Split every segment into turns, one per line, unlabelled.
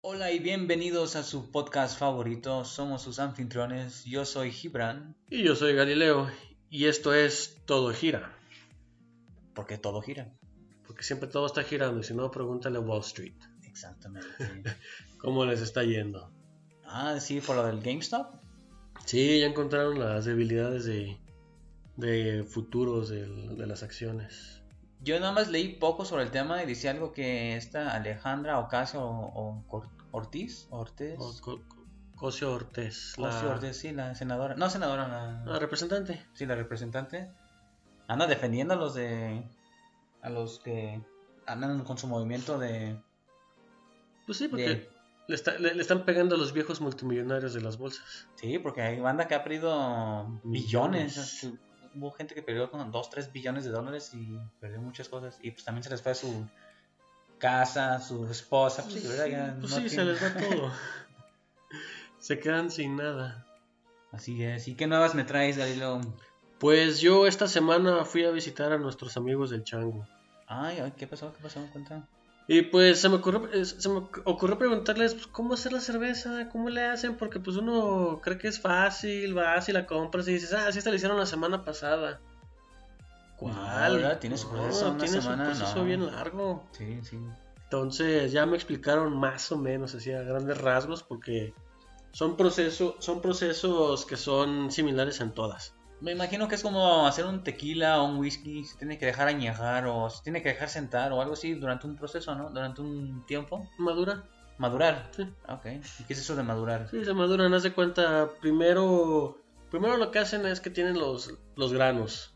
Hola y bienvenidos a su podcast favorito. Somos sus anfitriones. Yo soy Gibran,
Y yo soy Galileo y esto es Todo Gira,
porque todo gira.
porque siempre todo está girando y si no, pregúntale a Wall Street
Exactamente.
cómo les está yendo.
ah, sí, por lo del GameStop.
Sí, ya encontraron las debilidades de, de futuros del- de las acciones.
Yo nada más leí poco sobre el tema y decía algo que esta Alejandra Ocasio o, Cor- Ortiz, Ortiz,
O- Oh, Co- Co- Cosio Ortez, la,
Ocasio Ortiz, sí, la senadora, no senadora, la,
la representante.
sí, la representante, anda defendiendo a los de, a los que andan con su movimiento de,
Pues sí, porque
de-
le, está- le- le están pegando a los viejos multimillonarios de las bolsas.
Sí, porque hay banda que ha perdido billones.
Millones.
o sea, Hubo gente que perdió con 2, 3 billones de dólares y perdió muchas cosas. Y pues también se les fue su casa, su esposa. Pues, sí, ¿verdad? Ya
Pues
no
sí, se
tienen-
les va todo. se quedan sin nada.
Así es. ¿Y qué nuevas me traes, Galilo?
Pues yo esta semana fui a visitar a nuestros amigos del Chango.
Ay, ay, ¿qué pasó? ¿Qué pasó? Cuenta.
Y pues se me ocurrió, eh, se me ocurrió preguntarles pues, cómo hacer la cerveza, cómo le hacen, porque pues uno cree que es fácil, vas y la compras y dices, ah, sí, esta la hicieron la semana pasada.
No, ¿verdad? Tiene su proceso una
tiene su
semana,
proceso
no.
bien largo.
Sí, sí.
Entonces ya me explicaron más o menos, así a grandes rasgos, porque son, proceso, son procesos que son similares en todas.
Me imagino que es como hacer un tequila o un whisky. Se tiene que dejar añejar o se tiene que dejar sentar o algo así durante un proceso, ¿no? Durante un tiempo.
Madura,
Madurar.
Sí.
Ah, Ok. ¿Y ¿Qué es eso de madurar?
Sí, se maduran, haz de cuenta, primero, primero lo que hacen es que tienen los, los granos,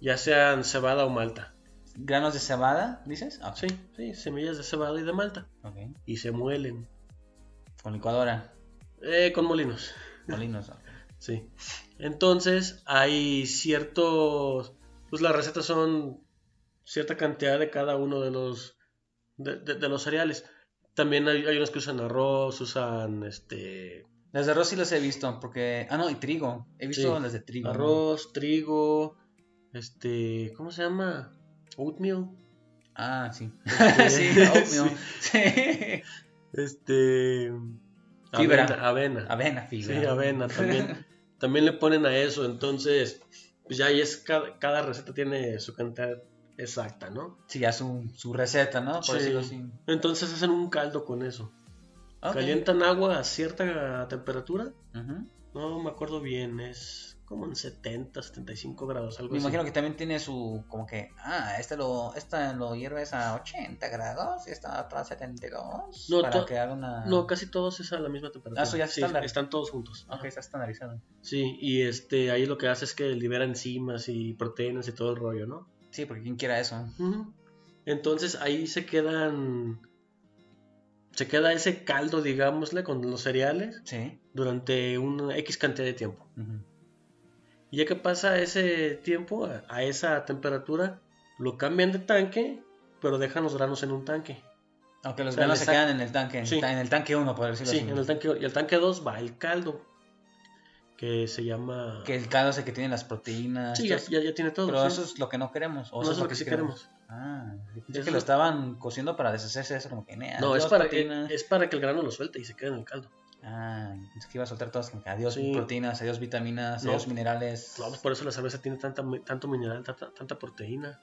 ya sean cebada o malta.
¿Granos de cebada, dices? Ah,
Sí, sí, semillas de cebada y de malta.
Ok.
Y se muelen.
Con licuadora,
Eh, con molinos,
molinos. ok.
sí. Entonces, hay ciertos, pues las recetas son cierta cantidad de cada uno de los, de, de- de los cereales. También hay, hay unos que usan arroz, usan este
Las de arroz sí las he visto, porque... Ah, no, y trigo. He visto
Sí,
las de trigo. ¿no?
arroz, trigo, este, ¿cómo se llama? Oatmeal.
Ah, sí.
Este,
sí, obvio. Sí.
Este.
Fibra.
Avena. avena.
Avena, fibra.
Sí, avena también. también le ponen a eso. Entonces, pues ya ahí es cada, cada receta tiene su cantidad exacta, ¿no?
Sí, ya su, su receta, ¿no? Por
Sí.
decirlo así.
Entonces hacen un caldo con eso.
Ah, Ok.
Calientan agua a cierta temperatura.
Ujú.
No me acuerdo bien, es como en 70, 75 grados, algo
Me
así.
imagino que también tiene su... Como que... Ah, este lo, esta lo hierves a 80 grados y esta otra a 72.
No,
para
to-
que haga una...
No, casi todos es a la misma temperatura.
Ah, eso ya es
sí,
estándar. Ah,
están todos juntos.
Ok, está estandarizado.
Sí, y este ahí lo que hace es que libera enzimas y proteínas y todo el rollo, ¿no?
Sí, porque quien quiera eso.
Ujú. Entonces ahí se quedan. Se queda ese caldo, digámosle, con los cereales
Sí.
durante una X cantidad de tiempo.
Ujú.
Y ya que pasa ese tiempo, a, a esa temperatura, lo cambian de tanque, pero dejan los granos en un tanque.
Aunque los
O sea,
granos
le
se
saca-
quedan en el tanque, en
Sí.
ta- en el tanque 1, por decirlo
Sí,
así.
en el tanque. Y el tanque 2 va el caldo, que se llama.
Que el caldo es el que tiene las proteínas.
Sí, ya,
todo eso.
ya- ya tiene todo.
pero
sí.
eso es lo que no queremos. O
No, eso es lo que sí queremos.
Ah, yo pensé
Eso
que
es
lo
lo-
estaban cociendo para deshacerse de eso, como que "Nah,
No, es
adiós,
para, que,
proteínas".
es para que el grano lo suelte y se quede en el caldo.
Ah, es que iba a soltar todas, como que adiós
Sí.
proteínas, adiós vitaminas,
No.
adiós minerales.
No, pues por eso la cerveza tiene tanta, mi- tanto mineral, tanta, tanta proteína.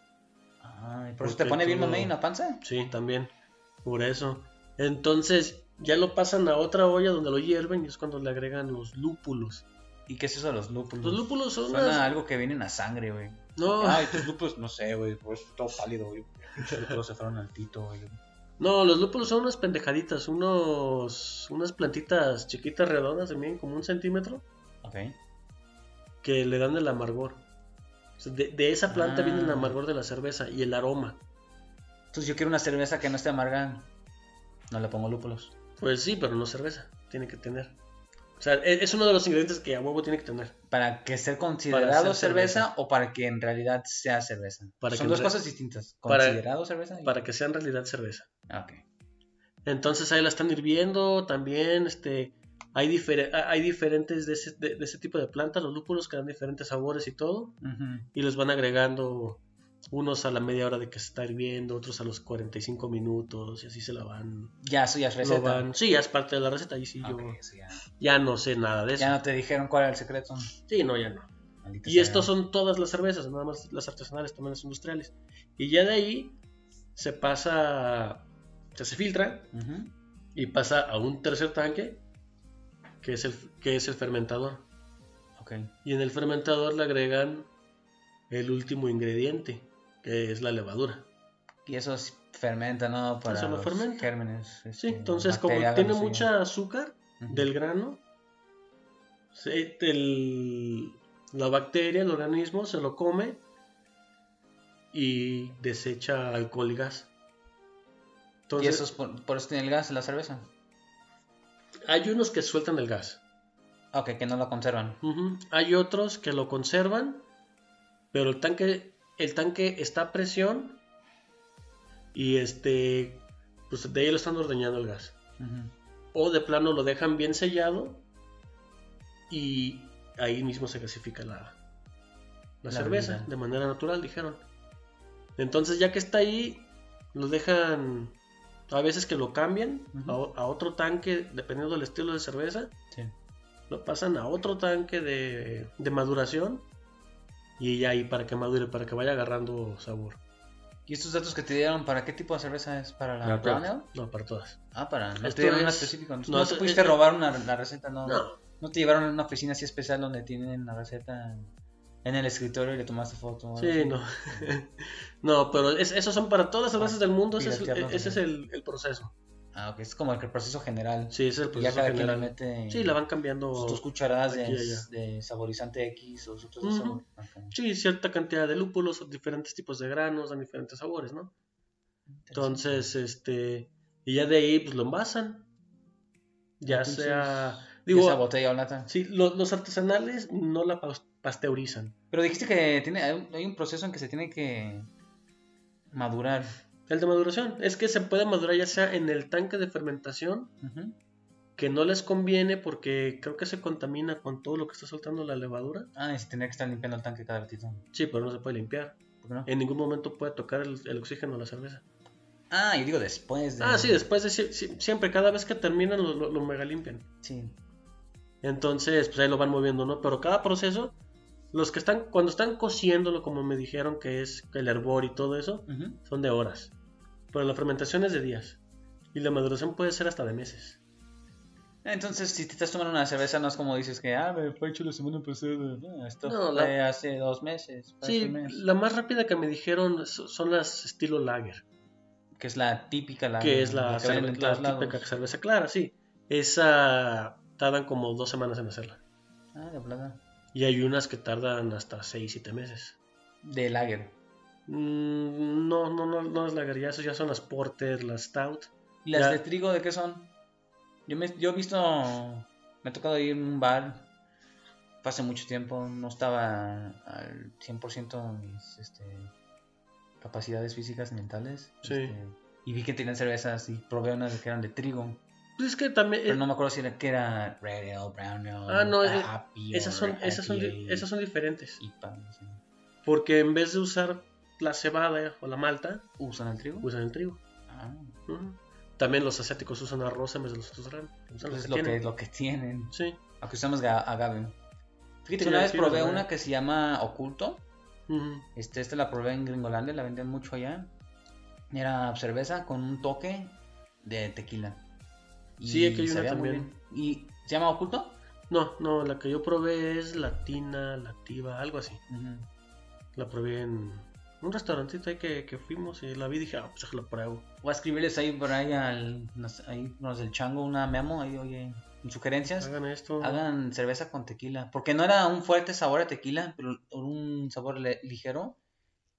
Ay, por eso te
Porque
pone bien
tú no-
mamey en la panza.
Sí, también. Por eso. Entonces, ya lo pasan a otra olla donde lo hierven y es cuando le agregan los lúpulos.
¿Y qué es eso de los lúpulos?
Los lúpulos son
Suena a
unas...
algo que vienen a sangre, güey.
No,
Ay, tus lúpulos, no sé, güey. Por eso todo pálido, güey. Pinche lúpulos se fueron al pito, güey.
no, los lúpulos son unas pendejaditas, unos, unas plantitas chiquitas redondas también, como un centímetro,
Ok.
que le dan el amargor. O sea, de, de esa planta
Ah.
viene el amargor de la cerveza y el aroma.
Entonces yo quiero una cerveza que no esté amarga. No le pongo lúpulos.
Pues sí, pero no cerveza, tiene que tener. O sea, e- es uno de los ingredientes que a huevo tiene que tener.
para que sea considerado
Para ser
cerveza,
cerveza.
o para que en realidad sea cerveza.
Para
Son
que
dos
en re-
cosas distintas.
para-
Considerado cerveza y...
para que sea en realidad cerveza.
Ah, ok.
Entonces ahí la están hirviendo también, este, hay, difere- a- hay diferentes de ese, de- de ese tipo de plantas, los lúpulos que dan diferentes sabores y todo,
Ujú.
y les van agregando unos a la media hora de que se está hirviendo, otros a los 45 minutos, y así se la van.
Ya, eso ya es receta. Ah,
Lo van. Sí, ya es parte de la receta, ahí sí
Ok,
yo
eso ya.
ya no sé nada de eso.
Ya no te dijeron cuál era el secreto.
Sí, no, ya no.
Maldita
Y
sea.
estas son todas las cervezas, nada más las artesanales, también las industriales. Y ya de ahí se pasa, se, se filtra
Ujú.
y pasa a un tercer tanque, que es, el, que es el fermentador.
Ok.
Y en el fermentador le agregan el último ingrediente, que es la levadura.
Y eso es- fermenta, ¿no? Para
Eso lo
los
fermenta.
gérmenes.
Sí,
este,
entonces como
bacterias,
tiene
no sé.
mucha azúcar
Ujú.
del grano, se- el- la bacteria, el organismo se lo come y desecha alcohol y gas.
Y
Entonces,
eso es por, por eso tiene el gas, la cerveza.
hay unos que sueltan el gas.
Ok, que no lo conservan.
Ujú. Hay otros que lo conservan, pero el tanque, el tanque está a presión y este, pues de ahí lo están ordeñando el gas.
Ujú.
O de plano lo dejan bien sellado y ahí mismo se gasifica la, la
La
cerveza
bebida.
de manera natural, dijeron. Entonces ya que está ahí, lo dejan a veces que lo cambian
Ujú.
a o- a, otro tanque, dependiendo del estilo de cerveza,
Sí.
lo pasan a otro tanque de, de maduración y ya ahí para que madure, para que vaya agarrando sabor.
¿Y estos datos que te dieron, para qué tipo de cerveza es? ¿Para la
Para todas.
Brown Ale?
No, para todas.
Ah, para. No
Esto
te dieron una
es-
específica. No,
no,
no te
esto es-
pudiste robar una, la receta, no.
No,
¿No te llevaron a una oficina así especial donde tienen la receta en el escritorio y le tomaste foto? o algo
Sí,
así?
no. no, pero es- esos son para todas las cervezas del mundo. Ese es, e,
Piratearlas,
ese
¿no?
es el, el proceso.
Ah, ok, es como el que- proceso general.
Sí, ese es el
ya
proceso
cada quien le
general.
mete
Sí, la van
sus
cambiando.
dos cucharadas de,
aquí y allá.
de saborizante X o sus otros de
Ujú.
sabor. Ok,
Sí, cierta cantidad de lúpulos, o diferentes tipos de granos, dan diferentes sabores, ¿no? Entonces, este. Y ya de ahí, pues lo envasan. Ya
Entonces,
sea.
digo,
Digo, ah,
esa botella o lata.
sí, lo- los artesanales no la pas- pasteurizan.
Pero dijiste que tiene, hay, un, hay un proceso en que se tiene que madurar.
El de maduración es que se puede madurar ya sea en el tanque de fermentación
Ujú.
que no les conviene porque creo que se contamina con todo lo que está soltando la levadura.
Ah, y se tendría que estar limpiando el tanque cada ratito.
Sí, pero no se puede limpiar.
¿Por qué no?
En ningún momento puede tocar el, el oxígeno a la cerveza.
Ah, yo digo después de.
Ah, sí, después de sie- sie- siempre, cada vez que terminan lo, lo, lo mega limpian.
Sí.
Entonces, pues ahí lo van moviendo, ¿no? Pero cada proceso, los que están, cuando están cociéndolo, como me dijeron que es el hervor y todo eso,
Ujú.
son de horas. Pero la fermentación es de días. Y la maduración puede ser hasta de meses.
Entonces, si te estás tomando una cerveza, no es como dices que, ah, me fue hecho la semana pasada. No, esto
No, la-
fue hace dos meses. fue hace
Sí,
un mes.
la más rápida que me dijeron so- son las estilo lager.
Que es la típica, la
que es la,
Ah, que venden
cerve-
en
la
todos lados.
típica cerveza clara, sí. Esa tardan como dos semanas en hacerla.
Ah, de plata.
Y hay unas que tardan hasta 6, 7 meses.
De lager.
Mm, No, no, no, no es la guerrilla, esas ya son las Porter, las Stout.
¿Y las
Ya.
de trigo de qué son? Yo, me, yo he visto. Me ha tocado ir a un bar. fue Hace mucho tiempo no estaba al 100% mis este, capacidades físicas y mentales.
Sí.
este, y vi que tenían cervezas y probé unas que eran de trigo.
Pues es que también eh,
Pero no me acuerdo si era que era Red Ale, Brown Ale,
Ah, no,
ah,
eh,
Happy
esas,
or
son, esas, son, di-
IPA,
esas son diferentes.
IPA, no sé.
Porque en vez de usar la cebada o la malta,
¿Usan el trigo?
usan el trigo.
Ah,
Ujú. También los asiáticos usan arroz en vez de los usan. usan lo
pues
que
es lo que,
tienen.
lo que tienen.
Sí.
Aunque usamos ga- agave. Fíjate
Sí,
que una vez
aquí nos
probé
va.
una que se llama Oculto.
Ujú.
Este, esta la probé en Gringolandia, la vendían mucho allá. Era cerveza con un toque de tequila. Y
Sí, aquí hay una
sabía muy
también.
bien. ¿Y se llama Oculto?
No, no, la que yo probé es latina, lativa, algo así.
Ujú.
La probé en un restaurantito ahí que, que fuimos y la vi y dije, ah, pues la pruebo.
Voy a escribirles ahí por ahí al no sé, ahí, con los del chango una memo, ahí oye, sugerencias.
Hagan esto.
Hagan cerveza con tequila, porque no era un fuerte sabor a tequila, pero un sabor le- ligero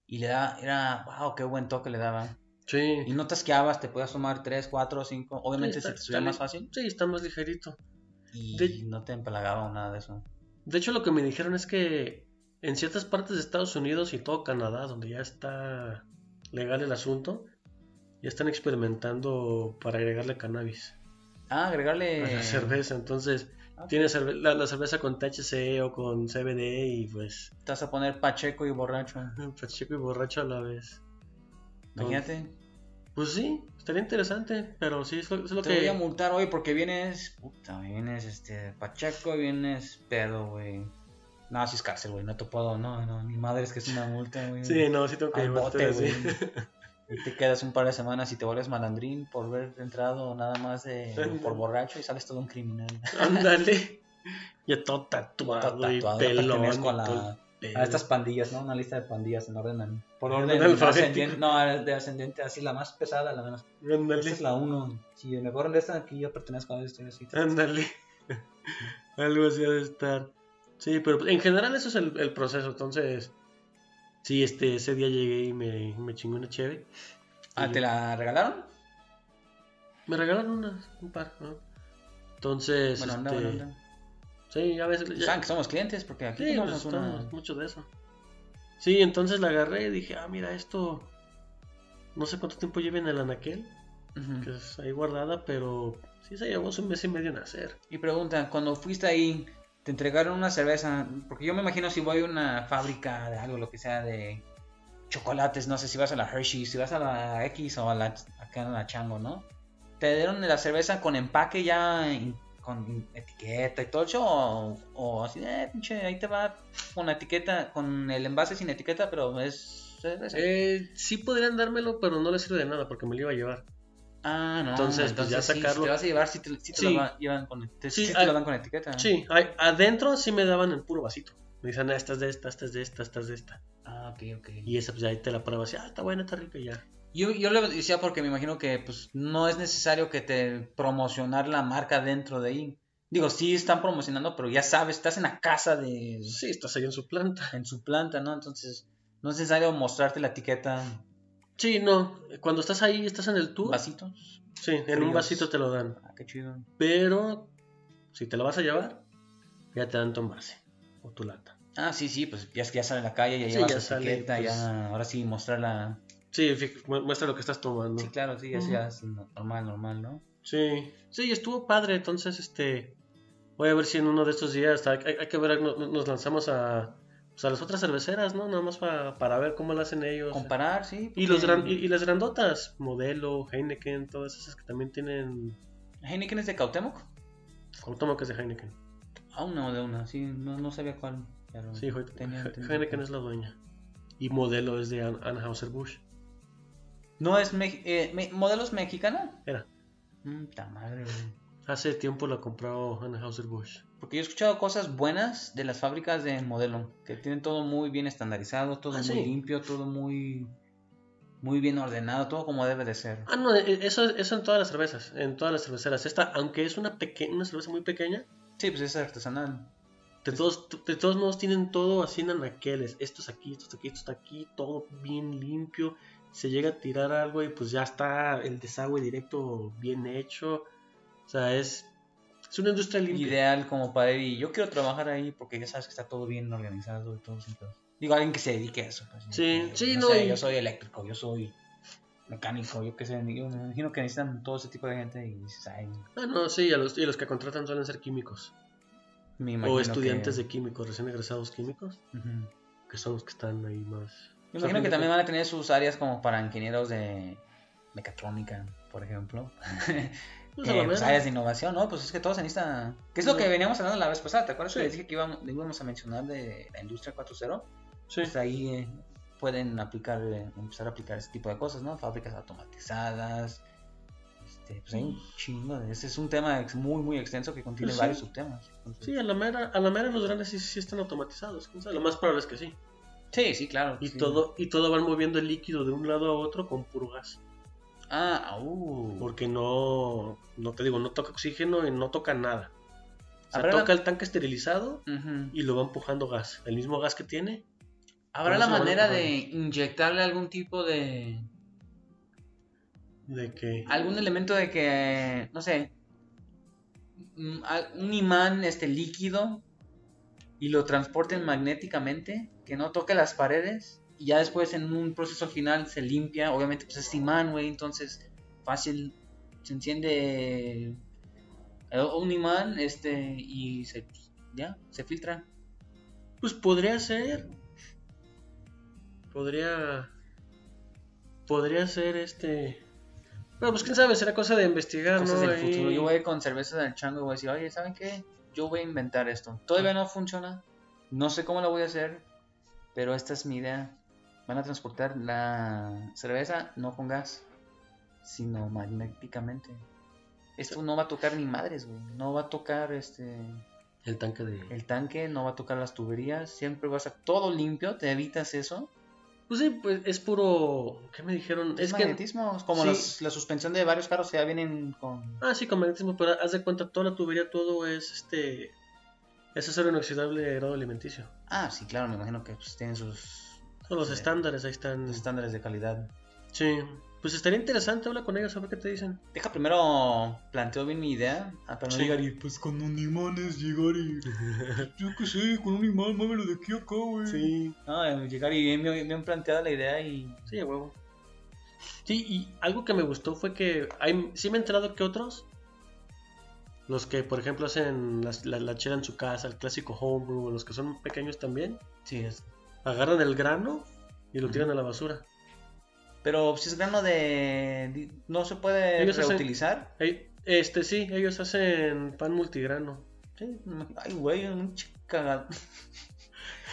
y le da, era, wow, qué buen toque le daba. Y
Sí.
no tasqueabas, te podías tomar 3, 4, 5, obviamente
Sí,
se
está-
te subía
está
más
bien.
fácil
Sí, está más ligerito.
y
De-
no te empalagaba o nada de eso.
De hecho, lo que me dijeron es que en ciertas partes de Estados Unidos y todo Canadá, donde ya está legal el asunto, ya están experimentando para agregarle cannabis
Ah, agregarle
a la cerveza. Entonces,
Ah,
Tiene cerve- la, la cerveza con THC o con CBD y pues
Te vas a poner pacheco y borracho.
pacheco y borracho a la vez.
Imagínate.
Pues sí, estaría interesante, pero sí, es lo, es lo
Te voy a
que...
multar hoy porque vienes. Puta, vienes este pacheco y vienes pedo, güey. No, si es cárcel, güey. No te puedo, no, no. Mi madre es que es una multa, güey.
Sí, no, sí tengo que
Al
llevarte
bote,
así.
güey. Y te quedas un par de semanas y te vuelves malandrín por haber entrado nada más de, por borracho y sales todo un criminal.
Ándale. Ya todo tatuado,
Todo tatuado,
y
ya
pelón.
pertenezco a, la-
todo el
a
pelo.
estas pandillas, ¿no? Una lista de pandillas en orden. al- Por orden,
orden alfabético.
ascendien- no, de ascendente, así la más pesada, la menos. Esta
Ándale,
es la 1. Si me acuerdo de esta, aquí yo pertenezco a esto. y Así.
ándale. Algo así ha de estar. Sí, pero en general eso es el, el proceso, entonces... Sí, este, ese día llegué y me, me chingó una cheve.
Ah,
Y-
¿te la regalaron?
Me regalaron una, un par, ¿no? Entonces,
Bueno, anda,
este,
bueno, anda.
sí, a veces... ya-
Saben que somos clientes porque Pues aquí
Sí,
tenemos
pues,
una-
tomamos mucho de eso. Sí, entonces la agarré y dije, ah, mira, esto. No sé cuánto tiempo lleva en el anaquel,
Ujú.
que es ahí guardada, pero sí se llevó hace un mes y medio en hacer.
Y pregunta, cuando fuiste ahí, ¿te entregaron una cerveza? Porque yo me imagino si voy a una fábrica de algo, lo que sea, de chocolates, no sé si vas a la Hershey, si vas a la X o a la, acá a la Chango, ¿no? ¿Te dieron la cerveza con empaque ya, in- con etiqueta y todo el show? O, o así, eh, pinche, ahí te va con la etiqueta, con el envase sin etiqueta, pero es cerveza.
Eh, sí podrían dármelo, pero no le sirve de nada porque me lo iba a llevar.
Ah, no.
entonces, pues, ya
sí, si
sacarlo.
te vas a llevar, si te, sí te
Sí.
lo va- llevan con, te-
Sí,
sí te
ah,
lo dan con etiqueta. ¿no?
Sí, ay- adentro sí me daban el puro vasito. Me dicen, ah, esta es de esta, esta es de esta, esta es de esta.
Ah, ok, ok.
Y esa, pues ahí te la pruebas. y, Ah, está buena, está rica y ya.
Yo, yo lo decía porque me imagino que pues no es necesario que te promocionar la marca dentro de ahí. Digo, sí están promocionando, pero ya sabes, estás en la casa de
Sí, estás ahí en su planta.
en su planta, ¿no? Entonces, no es necesario mostrarte la etiqueta
Sí, no. Cuando estás ahí, estás en el tour.
vasitos.
Sí, en un
Fríos.
vasito te lo dan.
Ah, qué chido.
Pero si te la vas a llevar, ya te dan tu envase o tu lata.
Ah, sí, sí, pues ya, ya sale a la calle, ya
Sí,
llevas
ya
la
sale,
etiqueta,
pues.
ya ahora sí mostrarla.
Sí, fí- mu- muestra lo que estás tomando.
Sí, claro, sí, ya,
Ujú.
ya es normal, normal, ¿no?
Sí, sí, estuvo padre. Entonces, este, voy a ver si en uno de estos días hay, hay- hay que ver, no- no- nos, lanzamos a, pues, a las otras cerveceras, ¿no? Nada más pa- para ver cómo lo hacen ellos.
Comparar, sí.
Y, los
porque
gran- y, y las grandotas, Modelo, Heineken, todas esas que también tienen.
Heineken es de Cautemoc.
Autómatas que es de Heineken.
Ah, una o de una, sí, no, no sabía cuál. Pero
Sí, Heu-
tenía entendido.
Heineken es la dueña. Y Modelo es de An- Anheuser-Busch.
¿No es mex- eh, me- modelos mexicana?
Era.
Mm, ta madre, güey.
Hace tiempo la compró Anheuser-Busch.
Porque yo he escuchado cosas buenas de las fábricas de modelo, que tienen todo muy bien estandarizado, todo
Ah,
muy
sí.
limpio, todo muy muy bien ordenado, todo como debe de ser.
Ah, no, e- eso, eso en todas las cervezas, en todas las cerveceras. Esta, aunque es una, peque- una cerveza muy pequeña,
Sí, pues es artesanal.
de todos, de todos modos tienen todo así en anaqueles. Esto es aquí, esto es aquí, esto está aquí, todo bien limpio. Se llega a tirar algo y pues ya está el desagüe directo bien hecho. O sea, es, es una industria limpia.
Ideal como para ir. y Yo quiero trabajar ahí porque ya sabes que está todo bien organizado y todo sin pedos. Digo, alguien que se dedique a eso. pues,
Sí,
que,
sí,
no.
no,
sé,
y-
Yo soy eléctrico, yo soy mecánico, yo qué sé. Yo me imagino que necesitan todo ese tipo de gente y dices, ay,
Ah, no, sí, a los, y los que contratan suelen ser químicos.
me imagino
O estudiantes
que...
de químicos, recién egresados químicos,
Ujú.
que son los que están ahí más.
Me imagino que también van a tener sus áreas como para ingenieros de mecatrónica, por ejemplo.
Pues, a la
Eh, pues,
mera.
áreas de innovación, ¿no? Pues es que todos se necesitan... Que es lo
No.
que veníamos hablando la vez pasada? ¿Te acuerdas que
Sí.
les dije que íbamos, íbamos a mencionar de la industria 4.0?
Sí.
Pues ahí eh, pueden aplicar, eh, empezar a aplicar ese tipo de cosas, ¿no? Fábricas automatizadas. Este, pues hay un chingo de... Ese es un tema ex- muy, muy extenso que contiene
Pues, Mm. sí.
varios subtemas. Entonces-
Sí, a la mera, a la mera los grandes sí, sí están automatizados. ¿quién sabe? Lo más probable es que sí.
sí, sí, claro.
Y
sí.
todo, y todo van moviendo el líquido de un lado a otro con puro gas.
Ah, uh.
Porque no, no te digo, no toca oxígeno y no toca nada. O sea,
Habrá la-
toca el tanque esterilizado
Ujú.
y lo va empujando gas. El mismo gas que tiene.
¿Habrá
Con
la
eso lo van
manera de
empujando.
inyectarle algún tipo de...
De que.
algún elemento de que, no sé, mm, al- un imán este líquido y lo transporten magnéticamente, que no toque las paredes y ya después en un proceso final se limpia, obviamente pues es imán, güey, entonces fácil se enciende eh, un imán este, y se, ya, se filtra.
Pues podría ser. Podría. Podría ser este. Bueno, pues quién sabe, será cosa de investigar,
Cosas
¿no?
del
Ahí-
Pues futuro. Yo voy a ir con cerveza del chango y voy a decir, oye, ¿saben qué? Yo voy a inventar esto.
Ah.
Todavía no funciona. No sé cómo la voy a hacer. Pero esta es mi idea. Van a transportar la cerveza no con gas, sino magnéticamente. Esto no va a tocar ni madres, güey. No va a tocar este
El tanque de.
el tanque, no va a tocar las tuberías. Siempre vas a todo limpio, te evitas eso.
Pues sí, pues es puro. ¿Qué me dijeron?
Es,
Es que.
magnetismo, como
sí.
las- la suspensión de varios carros ya vienen con
Ah, sí, con magnetismo, pero haz de cuenta, toda la tubería, todo es este. Es acero inoxidable de grado alimenticio.
Ah, sí, claro, me imagino que pues, tienen sus
Son los
Sí.
estándares, ahí están.
los estándares de calidad.
Sí. Pues estaría interesante, habla con ellos, a ver qué te dicen.
Deja primero planteo bien mi idea. ah, para no
Sí.
llegar y pues con un imán es llegar y. Yo qué sé, con un imán, mámelo de aquí a acá, güey.
Sí.
No, eh, llegar y bien, bien- bien planteada la idea y.
Sí, a huevo. Sí, y algo que me gustó fue que hay, sí me he enterado que otros, los que por ejemplo hacen las- la, la chela en su casa, el clásico homebrew, los que son pequeños también,
Sí, es-
agarran el grano y lo
Ujú.
tiran a la basura.
Pero si es grano de. di- No se puede
Ellos hacen-
reutilizar.
Ey, Este sí, ellos hacen pan multigrano. Sí,
Ay, güey, un ch- cagado.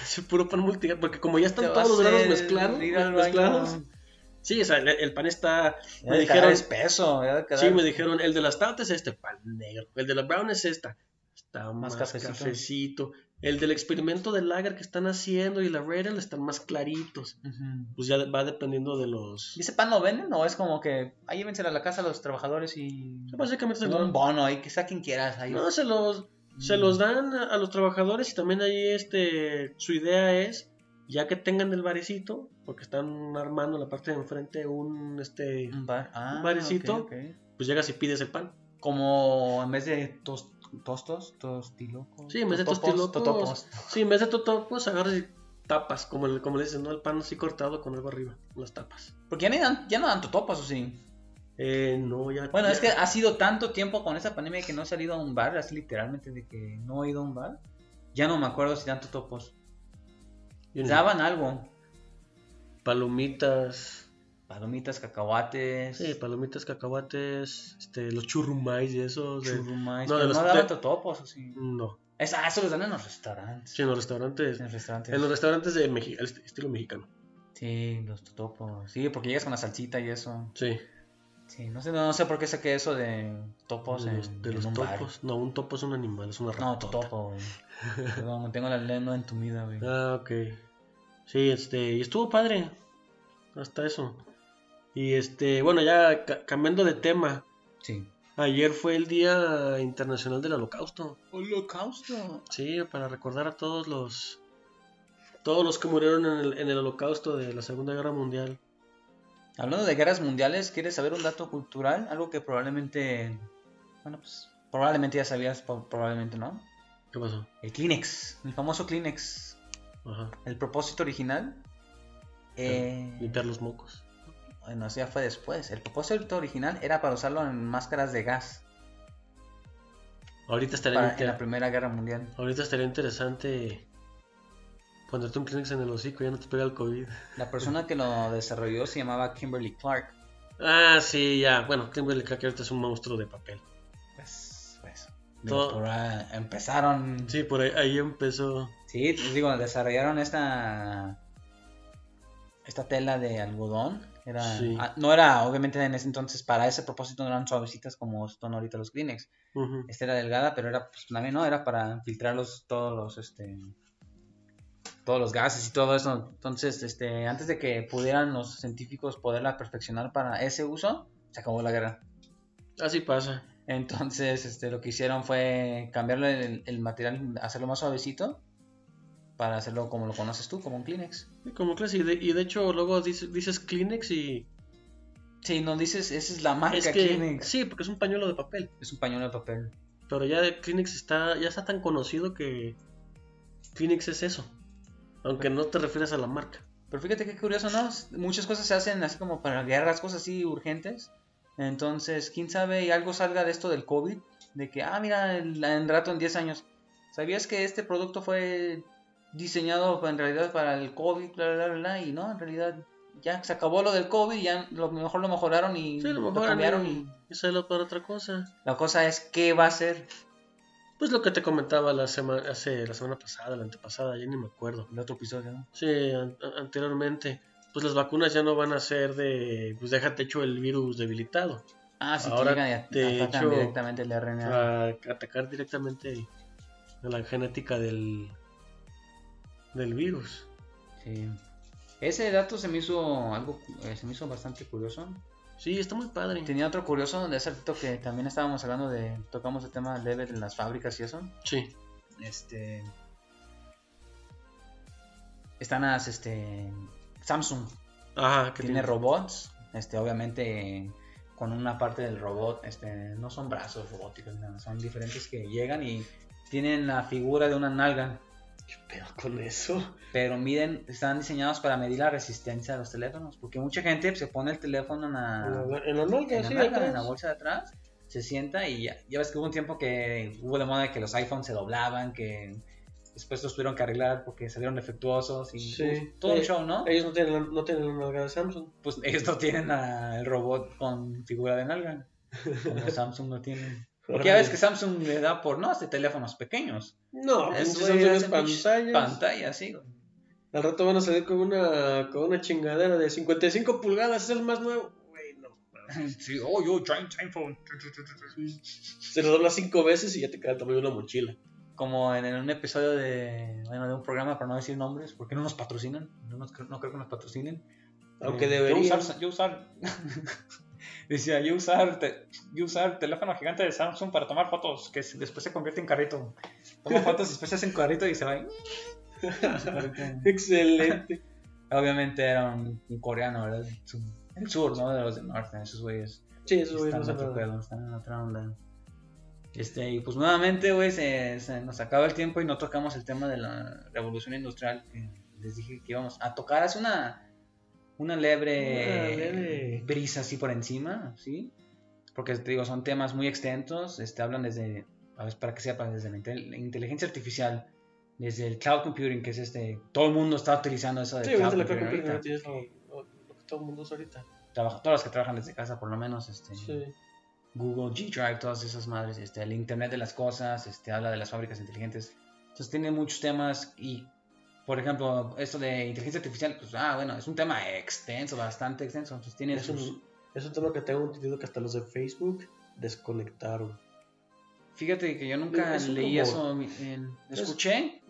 es puro pan multigrano, porque como ya
Te
están
va a
todos los granos
hacer
mezclados,
ir al baño.
mezclados, sí, o sea, el, el pan está
Ya
Me
de quedar
dijeron-
espeso, ya de quedar
Sí, me dijeron, el de las Stout es este, pan negro. El de la Brown es esta. Está más,
cafecito.
cafecito. El del experimento del lager que están haciendo y la Red Ale están más claritos.
Ujú.
Pues ya va dependiendo de los...
¿Y ese pan lo venden o es como que ahí llévenselo a la casa a los trabajadores y.
Básicamente se
Tengo un
los...
bono ahí, que sea quien quieras. Ahí.
No, se los, se los dan a a los trabajadores y también ahí este, su idea es, ya que tengan el barecito, porque están armando la parte de enfrente un... este
Un bar. Ah,
Un barecito.
ok, ok.
Pues llegas y pides el pan.
Como en vez de tos- tostos, tostilocos.
Sí, en vez de
totopos,
tostilocos.
Totopos.
Sí, en vez de todo, pues agarras y tapas, como, el- como le dicen, ¿no? El pan así cortado con algo arriba, las tapas.
Porque ya, ni dan, ya no dan totopos, o sí.
Eh, no, ya.
Bueno,
ya-
es que ha sido tanto tiempo con esa pandemia que no he salido a un bar, así literalmente de que no he ido a un bar. Ya no me acuerdo si dan totopos.
yo ni-
Daban algo.
Palomitas.
Palomitas, cacahuates.
Sí, palomitas, cacahuates, este, los churrumais y esos. pues, de-
churrumais,
no, de
pero
los
no daban
te-
totopos, o sí.
No,
Es- ah, eso los dan en los restaurantes.
sí, en los restaurantes.
En los restaurantes.
En los restaurantes de México, al est- estilo mexicano.
Sí, los totopos. Sí, porque llegas con la salsita y eso.
Sí,
Sí, no sé, no, sé por qué saqué eso de topos
de
Pues, en,
los, de
en
los
un bar.
topos. No, un topo es un animal, es una
No,
ratota.
totopo, güey. Perdón, tengo la lengua entumida, güey.
Ah, ok. Sí, este, y estuvo padre. Hasta eso. Y este, bueno, ya ca- cambiando de tema.
Sí.
Ayer fue el Día Internacional del Holocausto.
Holocausto.
Sí, para recordar a todos los todos los que murieron en el, en el Holocausto de la Segunda Guerra Mundial.
Hablando de guerras mundiales, ¿quieres saber un dato cultural? Algo que probablemente. Bueno, pues. Probablemente ya sabías, po- probablemente no.
¿Qué pasó?
El Kleenex, el famoso Kleenex.
Ajá.
El propósito original. eh,
Limpiar los mocos.
Bueno, eso ya fue después. El propósito original era para usarlo en máscaras de gas
Ahorita estaría
para, en
inter-
la Primera Guerra Mundial.
ahorita estaría interesante ponerte un Kleenex en el hocico, ya no te pega el COVID.
La persona que lo desarrolló se llamaba Kimberly Clark.
Ah, sí, ya. Bueno, Kimberly Clark ahorita es un monstruo de papel.
Pues, pues.
Todo-
por ahí empezaron.
Sí, por ahí, ahí empezó.
Sí, te digo, desarrollaron esta. Esta tela de algodón. Era,
Sí.
ah, no era, obviamente, en ese entonces, para ese propósito no eran suavecitas como son ahorita los Kleenex.
Ujú.
Esta era delgada, pero era, pues, también no, era para filtrar los, todos los, este, todos los gases y todo eso. Entonces, este, antes de que pudieran los científicos poderla perfeccionar para ese uso, se acabó la guerra.
Así pasa.
Entonces, este, lo que hicieron fue cambiarle el, el material, hacerlo más suavecito, para hacerlo como lo conoces tú, como un Kleenex.
Y Como clase, y de, y de hecho luego dices, dices Kleenex y...
Sí, no dices, esa es la marca
es que...
Ah, Kleenex.
Sí, porque es un pañuelo de papel.
Es un pañuelo de papel.
Pero ya de Kleenex está, ya está tan conocido que Kleenex es eso. Aunque no te refieres a la marca.
Pero fíjate qué curioso, ¿no? Muchas cosas se hacen así como para guerras, cosas así urgentes. Entonces, quién sabe, y algo salga de esto del COVID de que, ah, mira, el- en rato en 10 años, ¿sabías que este producto fue diseñado pa- en realidad para el COVID, bla, bla, bla, bla? Y no, en realidad ya se acabó lo del COVID, ya lo mejor lo mejoraron y
Sí, a lo
lo,
mejor
cambiaron.
y
Y
usarlo para otra cosa.
la cosa es, ¿qué va a ser?
Pues lo que te comentaba la semana, hace la semana pasada, la antepasada, ya ni me acuerdo.
El otro episodio, ¿no?
Sí, an- an- anteriormente, pues las vacunas ya no van a ser de, pues déjate hecho el virus debilitado,
Ah, sí,
Ahora,
que llegan y at-
de
atacan
hecho,
directamente el RNA.
a atacar directamente a la genética del, del virus.
Sí. Ese dato se me hizo algo, eh, se me hizo bastante curioso.
Sí, está muy padre.
Tenía otro curioso de hace ratito que también estábamos hablando de, tocamos el tema leve de las fábricas y eso.
Sí,
Este. Están las, este. Samsung
ajá, que
que tiene robots. Este, obviamente, con una parte del robot, este, no son brazos robóticos, nada, son diferentes que llegan y tienen la figura de una nalga.
¿Qué pedo con eso?
Pero miden, están diseñados para medir la resistencia de los teléfonos. Porque mucha gente se pone el teléfono en la,
En la- en la
Ah,
nalga,
en la
sí,
nalga,
atrás.
en la bolsa de atrás, se sienta y ya, ya ves que hubo un tiempo que hubo de moda de que los iPhones se doblaban, que después los tuvieron que arreglar porque salieron defectuosos y
Sí.
pues, todo el
Eh,
show, ¿no?
Ellos no tienen, la- no tienen la nalga de Samsung.
Pues ellos no tienen a- el robot con figura de nalga, como Samsung no tiene. Porque ya ves que Samsung le da por, no, hace teléfonos pequeños,
No,
Esos
pinches
güeyes
Samsung es
hacen pinches
pantallas.
pantalla, sí. güey.
Al rato van a salir con una, con una chingadera de 55 pulgadas, es el más nuevo. Güey, no.
Sí, oh, yo, giant iPhone.
Se lo dobla cinco veces y ya te queda el tamaño de una mochila.
Como en, en un episodio de, bueno, de un programa, para no decir nombres, porque no nos patrocinan, no, nos- no creo que nos patrocinen.
Aunque
Eh,
debería.
Yo usar, yo usar- decía, yo usar, te- yo usar teléfono gigante de Samsung para tomar fotos, que se- después se convierte en carrito. Toma fotos y después se hace un carrito y se va. y-
Excelente.
Obviamente era un, un coreano, ¿verdad? Su- El sur, ¿no? De los del norte, esos güeyes.
Sí, eso güey,
Están en
no sé
otro
nada.
pedo, están en otra onda. Este, y pues nuevamente, güey, se, se nos acaba el tiempo y no tocamos el tema de la revolución industrial que les dije que íbamos a tocar. Hace una, una leve,
Una leve-
brisa así por encima, ¿sí? Porque te digo, son temas muy extensos, este, hablan desde, a ver, para que sepas, desde la intel- la inteligencia artificial, desde el cloud computing, que es este, todo el mundo está utilizando eso de
Sí,
cloud
ahorita la
computing
creo que
ahorita.
no tienes lo, lo- lo que todo el mundo usa ahorita.
Trabaja- todos los que trabajan desde casa, por lo menos, este,
Sí.
Google, G Drive, todas esas madres, este, el Internet de las cosas, este, habla de las fábricas inteligentes. Entonces tiene muchos temas y, por ejemplo, esto de inteligencia artificial, pues, ah, bueno, es un tema extenso, bastante extenso. Entonces tiene
Es
sus-
un, es un tema que tengo entendido que hasta los de Facebook desconectaron.
Fíjate que yo nunca
Es un
leí
rumor.
eso. mi- en-
Es-
Escuché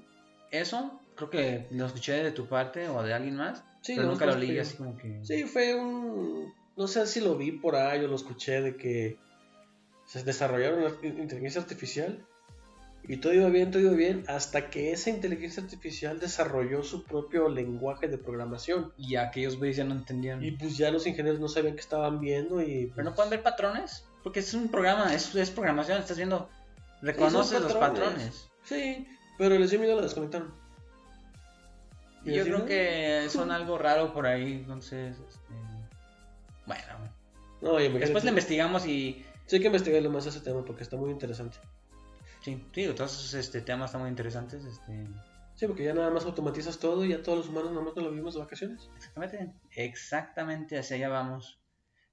eso, creo que lo escuché de tu parte o de alguien más,
Sí,
pero
no,
nunca lo
pues,
leí
pero-
así como que...
Sí, fue un. No sé si lo vi por ahí o lo escuché de que se desarrollaron la in- inteligencia artificial y todo iba bien, todo iba bien, hasta que esa inteligencia artificial desarrolló su propio lenguaje de programación.
Y aquellos güeyes ya no entendían.
Y pues ya los ingenieros no sabían qué estaban viendo y.
Pero no pueden ver patrones, porque es un programa, es, es programación, estás viendo... Reconoces los
patrones.
patrones.
Sí, pero les dio miedo, la desconectaron.
Y yo creo que son algo raro por ahí, entonces... este, Bueno,
No, y
después le investigamos y...
Sí, hay que investigarlo más ese tema porque está muy interesante.
Sí, sí, todos esos este, temas están muy interesantes. Este...
Sí, porque ya nada más automatizas todo y ya todos los humanos nomás no lo vivimos de vacaciones.
Exactamente, exactamente hacia allá vamos.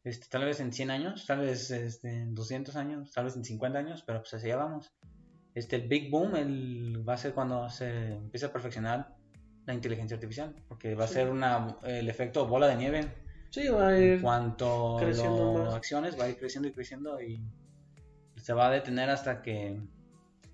Este, tal vez en 100 años, tal vez este, en 200 años, tal vez en 50 años, pero pues hacia allá vamos. Este, el Big Boom el, va a ser cuando se empiece a perfeccionar la inteligencia artificial, porque va a
Sí.
ser una, el efecto bola de nieve.
Sí, va a
En
ir.
cuanto
creciendo
lo
más.
acciones, va a ir creciendo y creciendo y se va a detener hasta que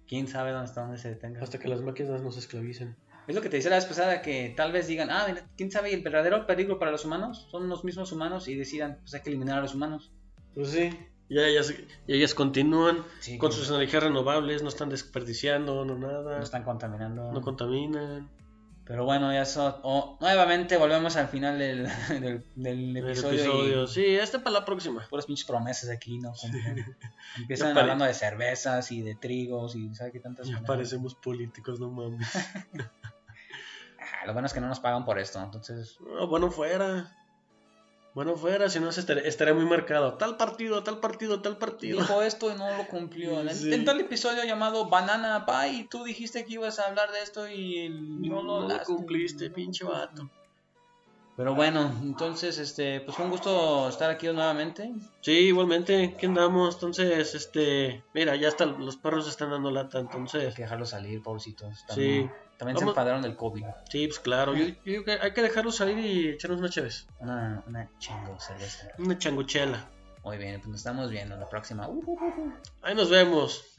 quién sabe dónde, hasta dónde se detenga.
Hasta que las máquinas nos esclavicen.
Es lo que te decía la vez pasada, que tal vez digan, ah, mira, quién sabe, el verdadero peligro para los humanos son los mismos humanos y decidan, pues hay que eliminar a los humanos.
Pues sí. Ya ellas, y ellas continúan
Sí,
con sus energías renovables, no están desperdiciando, no nada,
No están contaminando.
no contaminan.
Pero bueno, ya eso. o- nuevamente volvemos al final del, del- del
El
episodio.
episodio.
Y
Sí, este para la próxima.
puras pinches promesas aquí, ¿no? Cumplen.
Ya
Empiezan
pare-
hablando de cervezas y de trigos y sabe qué tantas.
Ya
pendejadas.
parecemos políticos, no mames.
Ah, lo bueno es que no nos pagan por esto, entonces.
No, bueno, fuera. Bueno, fuera, si no se estar- estaría muy marcado. Tal partido, tal partido, tal partido.
Dijo esto y no lo cumplió. En,
Sí.
en tal episodio llamado Banana Pie, tú dijiste que ibas a hablar de esto y no, lo,
lo
hablaste.
cumpliste, pinche vato.
Pero bueno, entonces, este, pues fue un gusto estar aquí nuevamente.
Sí, igualmente, ¿qué andamos? Entonces, este, mira, ya hasta los perros están dando lata,
Hay
entonces.
que dejarlos salir, pobrecitos.
Sí.
También, también se
Vamos-
enfadaron del COVID.
Sí, pues claro, yo, yo digo que hay que dejarlos salir y echarnos una chévez.
Una, una chingo cerveza.
Una changuchela.
Muy bien, pues nos estamos viendo la próxima. Uh, uh, uh, uh.
Ahí nos vemos.